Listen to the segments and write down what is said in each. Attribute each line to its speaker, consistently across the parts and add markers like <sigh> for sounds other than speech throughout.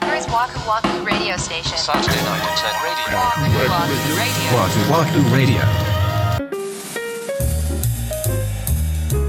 Speaker 1: Waku Waku Radio Station.
Speaker 2: Saturday night at 10 radio.
Speaker 1: Waku Waku
Speaker 3: Wahoo Wahoo Radio.
Speaker 1: Radio.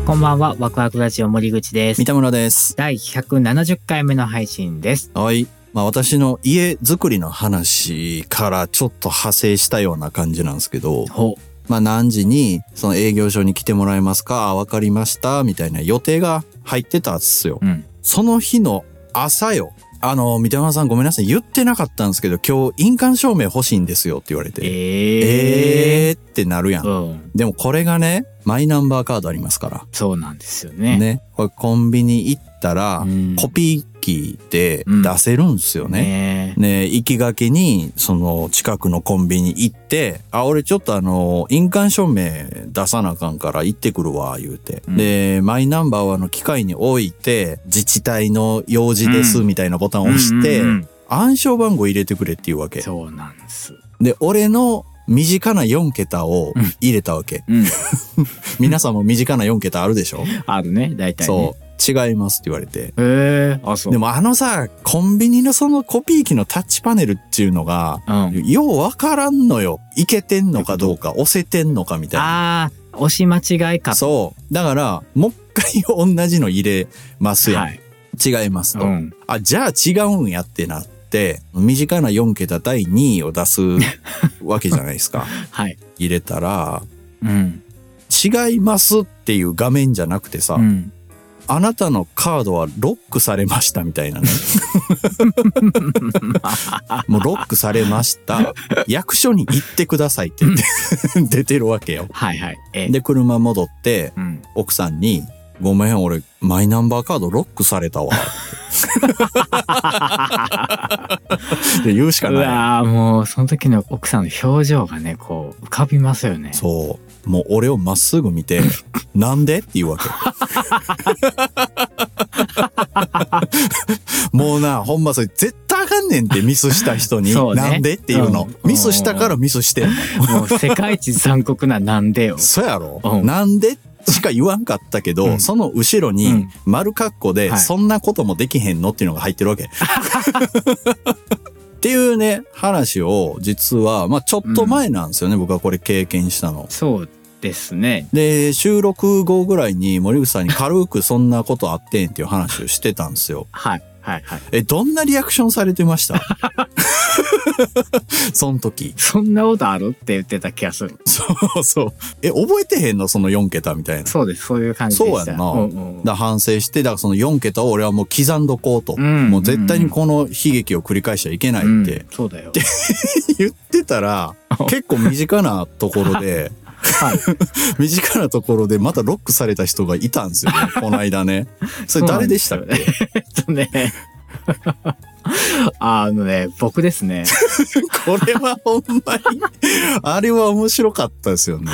Speaker 4: こんばんは、ワクワクラジオ森口です
Speaker 5: 三。田村です。
Speaker 4: 第170回目の配信です。
Speaker 5: はい。まあ私の家作りの話からちょっと派生したような感じなんですけど、
Speaker 4: ほ
Speaker 5: まあ何時にその営業所に来てもらえますかあわかりました。みたいな予定が入ってたっすよ。
Speaker 4: うん。
Speaker 5: その日の朝よ。あの、三田村さんごめんなさい。言ってなかったんですけど、今日印鑑証明欲しいんですよって言われて。
Speaker 4: ええ
Speaker 5: えーってなるやん。
Speaker 4: うん。
Speaker 5: でもこれがね、マイナンバーカードありますから。
Speaker 4: そうなんですよね。
Speaker 5: ね。これコンビニ行ったら
Speaker 4: うん、
Speaker 5: コピー機で出せるんですよね。
Speaker 4: ね
Speaker 5: ね行きがけに、その近くのコンビニ行って、あ、俺ちょっとあの、印鑑証明出さなあかんから行ってくるわ、言うて。
Speaker 4: うん
Speaker 5: で、マイナンバーはあの機械に置いて、自治体の用事です、
Speaker 4: う
Speaker 5: みたいなボタンを押して、
Speaker 4: うんうんうん
Speaker 5: 暗証番号入れてくれっていうわけ。
Speaker 4: そうなんです。
Speaker 5: で、俺の身近な4桁を入れたわけ。
Speaker 4: うん。
Speaker 5: 皆さんも身近な4桁あるでしょ、
Speaker 4: あるね、大体、ね。
Speaker 5: そう。違いますって言われて。
Speaker 4: う。ええあ、そう。
Speaker 5: でもあのさ、コンビニのそのコピー機のタッチパネルっていうのが、
Speaker 4: うん。
Speaker 5: ようわからんのよ。いけてんのかどうか、押せてんのかみたいな。
Speaker 4: あー、押し間違いか。
Speaker 5: そう。だから、もう一回同じの入れますやん。
Speaker 4: はい。
Speaker 5: 違います
Speaker 4: う
Speaker 5: と、
Speaker 4: ん。
Speaker 5: あ、じゃあ違うんやってなって、身近な4桁第2位を出
Speaker 4: <laughs>
Speaker 5: すわけじゃないですか。
Speaker 4: はい。
Speaker 5: 入れたら、
Speaker 4: うん。
Speaker 5: 違いますっていう画面じゃなくてさ、
Speaker 4: うん。
Speaker 5: あなたのカードはロックされましたみたいなね。もうロックされました。役所に行ってくださいって言って出てるわけよ。
Speaker 4: はいはい。ええ
Speaker 5: で、車戻って、
Speaker 4: うん。
Speaker 5: 奥さんに、ごめん、俺、マイナンバーカードロックされたわ。って言うしか
Speaker 4: う
Speaker 5: な
Speaker 4: わーもうその時の奥さんの表情がねこう浮かびますよね
Speaker 5: い。そう。もう俺をまっすぐ
Speaker 4: <laughs>
Speaker 5: 見て、なんでって言うわけ。もうな、ほんまそれ絶対あかんねんってミスした人に、
Speaker 4: そうね
Speaker 5: なんでっていうの、
Speaker 4: うん
Speaker 5: ミスしたからミスしてんの。
Speaker 4: もう世界一残酷ななんでよ
Speaker 5: <laughs> そうやろ、
Speaker 4: うん
Speaker 5: なんでしか言わんかったけど、
Speaker 4: うん
Speaker 5: その後ろ
Speaker 4: う
Speaker 5: に
Speaker 4: ん
Speaker 5: 丸括弧で、
Speaker 4: はい
Speaker 5: そんなこともできへんのっていうのが入ってる
Speaker 4: <laughs>
Speaker 5: わけ。っていうね、話を実は、まあちょっと前なんですよね、僕はこれ経験したの。
Speaker 4: そうですね
Speaker 5: で、収録後ぐらいに森口さんに軽くそんなことあってんっていう話をしてたんですよ。
Speaker 4: はいはいはい
Speaker 5: え、どんなリアクションされてました
Speaker 4: <laughs>
Speaker 5: その時。
Speaker 4: そんなことあるって言ってた気がする
Speaker 5: そうそう。え、覚えてへんのその4桁みたいな。
Speaker 4: そうですそういう感じでした
Speaker 5: そうやんな
Speaker 4: うんうん
Speaker 5: だから反省して、だからその4桁を俺はもう刻んどこうと。
Speaker 4: うん
Speaker 5: もう絶対にこの悲劇を繰り返しちゃいけない
Speaker 4: うん
Speaker 5: って
Speaker 4: そうだよ
Speaker 5: 言ってたら、結構身近なところで、 <laughs> 身近なところでまたロックされた人がいたんですよ、ね。 <laughs> この間ね。それ誰でしたっけ
Speaker 4: <laughs> えっとねあのね僕です
Speaker 5: <laughs>
Speaker 4: ね
Speaker 5: これはほんまに、 <laughs> あれは面白かったですよね。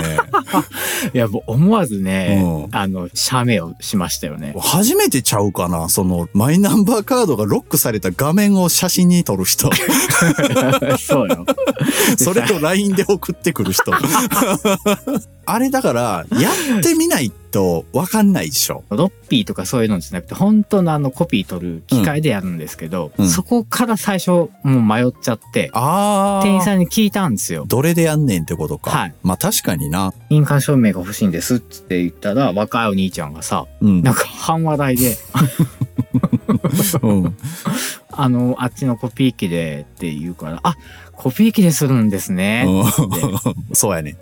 Speaker 4: いやもう思わずね
Speaker 5: う
Speaker 4: あの写メをしましたよね
Speaker 5: 初めてちゃうかなその、マイナンバーカードがロックされた画面を写真に撮る <laughs> 人。
Speaker 4: <laughs> そうよ
Speaker 5: それと LINE で送ってくる人。 <laughs> あれだから、やってみないとわかんないでしょ。
Speaker 4: ロッピーとかそういうのじゃなくて本当のあのコピー取る機械でやるんですけど、
Speaker 5: うんうん
Speaker 4: そこから最初もう迷っちゃって
Speaker 5: あ
Speaker 4: 店員さんに聞いたんですよ
Speaker 5: どれでやんねんってことか。
Speaker 4: はい
Speaker 5: まあ確かにな。
Speaker 4: 「印鑑証明が欲しいんです」って言ったら若いお兄ちゃんがさ
Speaker 5: うん。
Speaker 4: なんか半笑い
Speaker 5: <laughs>
Speaker 4: で
Speaker 5: うん
Speaker 4: 「あのあっちのコピー機で」って言うから「あコピー機でするんですね」
Speaker 5: <laughs> そうやね。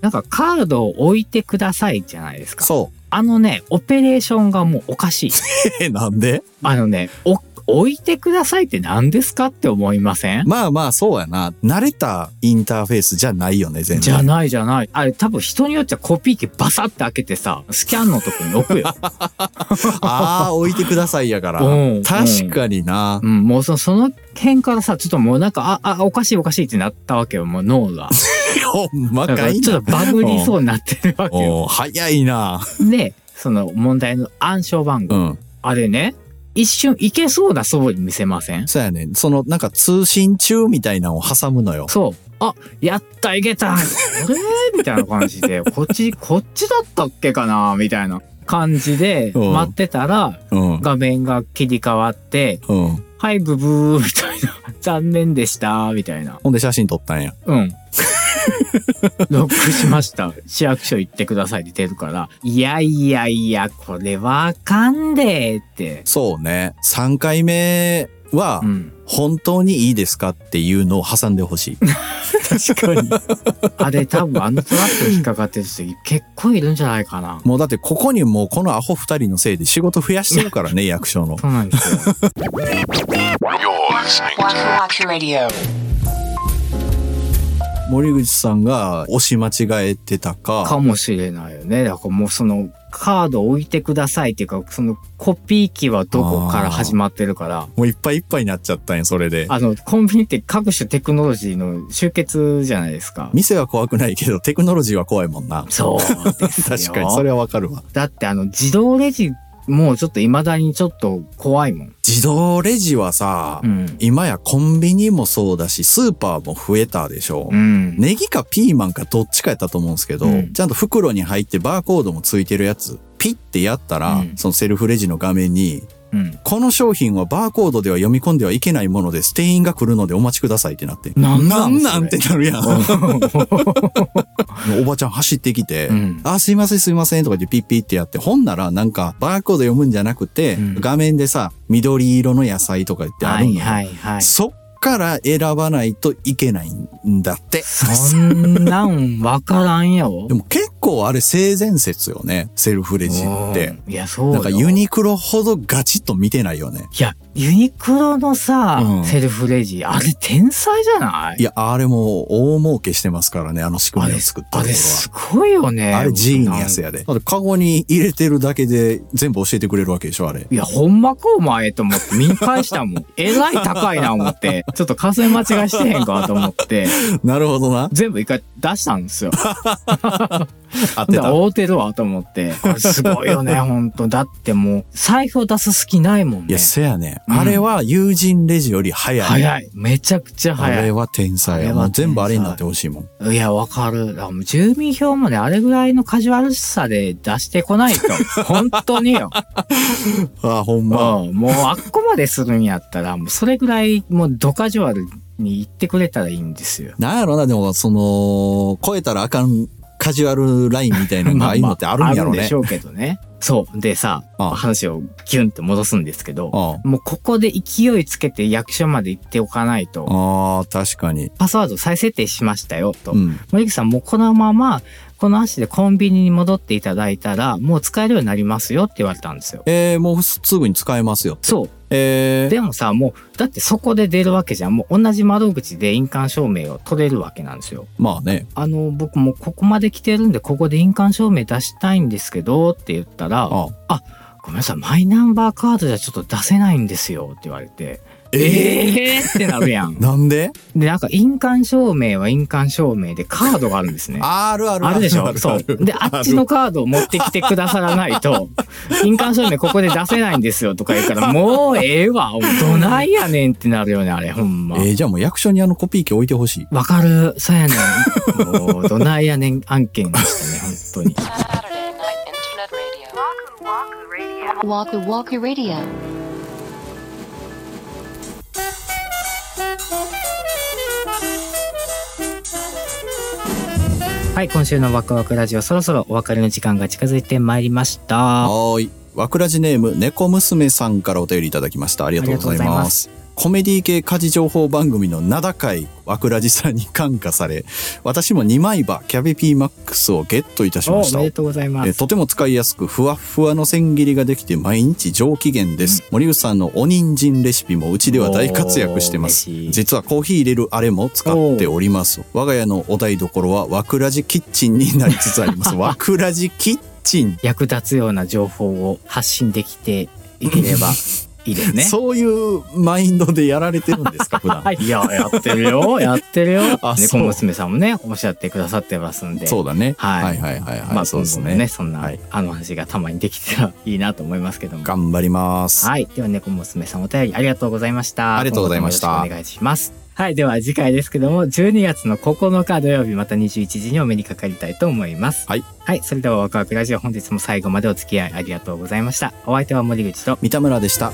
Speaker 4: なんかカードを置いてくださいじゃないですか
Speaker 5: そ。
Speaker 4: あのねオペレーションがもうおかしいう
Speaker 5: <laughs> え、なんで
Speaker 4: あのねお置いてくださいって何ですかって思いません
Speaker 5: まあまあそうやな。慣れたインターフェースじゃないよね、全然。
Speaker 4: じゃないじゃない。あれ多分人によっちゃコピー機バサって開けてさ、スキャンのとこに置くよ。
Speaker 5: ああ、置いてくださいやか
Speaker 4: <laughs>
Speaker 5: ら。
Speaker 4: うん
Speaker 5: 確かにな。
Speaker 4: うん、もうそその辺からさ、ちょっともうなんか、あ、あ、おかしいおかしいってなったわけよ、もう脳
Speaker 5: <laughs>
Speaker 4: が。
Speaker 5: ほんま
Speaker 4: だか
Speaker 5: からい
Speaker 4: ちょ
Speaker 5: な
Speaker 4: っ。とバグりそうになってるわけよ。
Speaker 5: おー早いな。
Speaker 4: で、その問題の暗証番
Speaker 5: う
Speaker 4: 号。
Speaker 5: ん。
Speaker 4: あれね、一瞬いけそうな素振り見せません
Speaker 5: そうやね。その、なんか通信中みたいなのを挟むのよ。
Speaker 4: そう。あ、やった、い
Speaker 5: <laughs>
Speaker 4: けた。あれみたいな感じで、こっち、こっちだったっけかなみたいな感じで、
Speaker 5: うん
Speaker 4: 待ってたら、
Speaker 5: うん。
Speaker 4: 画面が切り替わって、
Speaker 5: うん。
Speaker 4: はい、ブブーみたいいな。 <laughs> 残念でした、みたいな。
Speaker 5: ほんで写真撮ったんや。
Speaker 4: うん。 <laughs> ロックしました。市役所行ってくださいって出るから、いやいやいや、これわかんでーって。
Speaker 5: そうね。3回目は
Speaker 4: う、ん。
Speaker 5: 本当にいいですかっていうのを挟んでほし
Speaker 4: <laughs>
Speaker 5: い。
Speaker 4: 確かに。あれ多分あのトラックに引っかかってる人結構いるんじゃないかな。
Speaker 5: もうだってここにもうこのアホ2人のせいで仕事増やしてるからね、
Speaker 4: <laughs>
Speaker 5: 役所の。
Speaker 4: そうなんですよ。
Speaker 1: Waku Waku Radio.
Speaker 5: 森口さんが押し間違えてた
Speaker 4: か
Speaker 5: か、
Speaker 4: もしれないよね。だからもうそのカード置いてくださいっていうか、そのコピー機はどこから始まってるから、
Speaker 5: もういっぱいいっぱいになっちゃったんや、それで。
Speaker 4: あの、コンビニって各種テクノロジーの集結じゃないですか。
Speaker 5: 店は怖くないけど、テクノロジーは怖いもんな。
Speaker 4: <laughs> そうですよ。
Speaker 5: 確かに、それはわかるわ。
Speaker 4: だってあの、自動レジ、もうちょっと未だにちょっと怖いもん。
Speaker 5: 自動レジはさ、
Speaker 4: うん。
Speaker 5: 今やコンビニもそうだし、スーパーも増えたでしょ。
Speaker 4: うん。
Speaker 5: ネギかピーマンかどっちかやったと思うんですけど、
Speaker 4: うん
Speaker 5: ちゃんと袋に入ってバーコードもついてるやつ、ピッてやったら、
Speaker 4: うん
Speaker 5: そのセルフレジの画面に、
Speaker 4: <laughs> うん。
Speaker 5: この商品はバーコードでは読み込んではいけないものです。店員が来るのでお待ちくださいってなって。
Speaker 4: なん
Speaker 5: な
Speaker 4: なんん
Speaker 5: なんってなるやん。おばちゃん走ってきて、
Speaker 4: うん
Speaker 5: あ、すいませんすいませんとか言ってピッピッってやって、ほんならなんかバーコード読むんじゃなくて、
Speaker 4: うん
Speaker 5: 画面でさ、緑色の野菜とか言ってあ
Speaker 4: は
Speaker 5: るん
Speaker 4: い
Speaker 5: だよ。
Speaker 4: はいはい。
Speaker 5: そっから選ばないといけないんだって。
Speaker 4: そんなんわからんよ
Speaker 5: で。も結構あれ性善説よね、セルフレジって。
Speaker 4: うんいや、そうよ
Speaker 5: なんかユニクロほどガチッと見てないよね。
Speaker 4: いや、ユニクロのさ、
Speaker 5: うん
Speaker 4: セルフレジ、あれ天才じゃない
Speaker 5: いや、あれもう大儲けしてますからね、あの仕
Speaker 4: あ
Speaker 5: 組み
Speaker 4: れ
Speaker 5: を作ったと
Speaker 4: あ
Speaker 5: ころ
Speaker 4: れ
Speaker 5: は。
Speaker 4: すごいよね。
Speaker 5: あれジーニアスやで。だってカゴに入れてるだけで全部教えてくれるわけでしょ、あれ。
Speaker 4: いや、ほんまかお前と思って見返したもん。 <laughs> えらい高いな思って、ちょっと数え間違いしてへんかと思って、
Speaker 5: なるほどな。
Speaker 4: 全部一回出したんです
Speaker 5: <laughs>
Speaker 4: よ。
Speaker 5: 合って
Speaker 4: で、
Speaker 5: た。
Speaker 4: 合うてるわと思って、あれすごいよ
Speaker 5: <laughs>
Speaker 4: ね、ほんと。だってもう、財布を出す隙ないもん
Speaker 5: い
Speaker 4: ね
Speaker 5: や、。せやね。
Speaker 4: うん
Speaker 5: あれは友人レジより早い。
Speaker 4: 早い。めちゃくちゃ
Speaker 5: あ
Speaker 4: 早
Speaker 5: れ
Speaker 4: い。
Speaker 5: は天才
Speaker 4: あ
Speaker 5: や。
Speaker 4: れは
Speaker 5: もう
Speaker 4: 天才
Speaker 5: 全部あれになってほしいもん。
Speaker 4: いや、わかる。だからもう住民票まであれぐらいのカジュアルさで出してこない
Speaker 5: <laughs>
Speaker 4: と。本当によ。
Speaker 5: ああ、ほんま。
Speaker 4: うん、もうあっこまでするんやったら、もうそれぐらい、もうドカジュアルに行ってくれたらいいんです
Speaker 5: <laughs>
Speaker 4: よ。
Speaker 5: なんやろな、でも、その、超えたらあかんカジュアルラインみたいな <laughs> のがああいうのってあるんやろ
Speaker 4: あるんで
Speaker 5: ね
Speaker 4: し。ょうけどね。そう。でさ、
Speaker 5: ああ
Speaker 4: 話をギュンって戻すんですけど、
Speaker 5: あ
Speaker 4: もうここで勢いつけて役所まで行っておかないと、
Speaker 5: ああ、確かに。
Speaker 4: パスワード再設定しましたよ、と。
Speaker 5: うん。
Speaker 4: 森口さん、もうこのまま、この足でコンビニに戻っていただいたら、もう使えるようになりますよって言われたんですよ。
Speaker 5: えー、もうすぐに使えますよ。
Speaker 4: そう。
Speaker 5: えー、
Speaker 4: でもさ、もう、だってそこで出るわけじゃん。もう同じ窓口で印鑑証明を取れるわけなんですよ。
Speaker 5: まあね。
Speaker 4: あの、僕もうここまで来てるんで、ここで印鑑証明出したいんですけど、って言ったら、
Speaker 5: あ
Speaker 4: ごめんなさい、マイナンバーカードじゃちょっと出せないんですよ、って言われて。えー、ってなるやん。
Speaker 5: なんで
Speaker 4: で、なんか印鑑証明は印鑑証明でカードがあるんですね。
Speaker 5: あるある
Speaker 4: あるでし
Speaker 5: あ
Speaker 4: ょ
Speaker 5: る
Speaker 4: そ
Speaker 5: あ
Speaker 4: う。
Speaker 5: る
Speaker 4: で、あっちのカードを持ってきてくださらないと、印鑑証明ここで出せないんですよとか言うから、もうええわ、どないやねんってなるよね、あれ、ほんま。
Speaker 5: えー、じゃあもう役所にあのコピー機置いてほしい。
Speaker 4: わかる、そうやねん。もう、どないやねん案件でしたね、本当に。
Speaker 1: Saturday night internet radio. Waku Waku Radio.
Speaker 4: はい、今週のワクワクラジオ、そろそろお別れの時間が近づいてまいりました。
Speaker 5: はーい。わくらじネーム、猫娘さんからお便りいただきました。ありがとうござい
Speaker 4: ありがとうござい
Speaker 5: ま。
Speaker 4: ます
Speaker 5: コメディ系家事情報番組の名高いわくらじさんに感化され、私も2枚刃キャビピーマックスをゲットいたし
Speaker 4: お
Speaker 5: ま
Speaker 4: お
Speaker 5: した
Speaker 4: め。でとうございま
Speaker 5: え
Speaker 4: す。
Speaker 5: とても使いやすく、ふわっふわの千切りができて毎日上機嫌です。森口さんのお人参レシピもうちでは大活躍してます。
Speaker 4: おー嬉しい
Speaker 5: 実はコーヒー入れるあれも使っております。我が家のお台所はわくらじキッチンになりつつあり <laughs> ます。わくらじキッチン
Speaker 4: 役立つような情報を発信できていけ
Speaker 5: <laughs>
Speaker 4: ればいいですね。
Speaker 5: そういうマインドでやられてるんです <laughs> か、普段。
Speaker 4: いや、やってる
Speaker 5: <laughs>
Speaker 4: よ、やってるよ。猫
Speaker 5: あそう
Speaker 4: 娘さんもね、おっしゃってくださってますんで。
Speaker 5: そうだね。
Speaker 4: はい
Speaker 5: はいはいはいはい。
Speaker 4: まあ、
Speaker 5: そうです
Speaker 4: 今後もね、
Speaker 5: ね。
Speaker 4: そんな、
Speaker 5: はい
Speaker 4: あの話がたまにできたらいいなと思いますけども。
Speaker 5: 頑張ります。
Speaker 4: はい。では、猫娘さんお便りありがとうございました。
Speaker 5: ありがとうございました
Speaker 4: 今後ともよろしくお願いします。はい。では、次回ですけども、12月の9日土曜日、また21時にお目にかかりたいと思います。
Speaker 5: はい。
Speaker 4: はい。それでは、ワクワクラジオ、本日も最後までお付き合いありがとうございました。お相手は森口と、
Speaker 5: 三田村でした。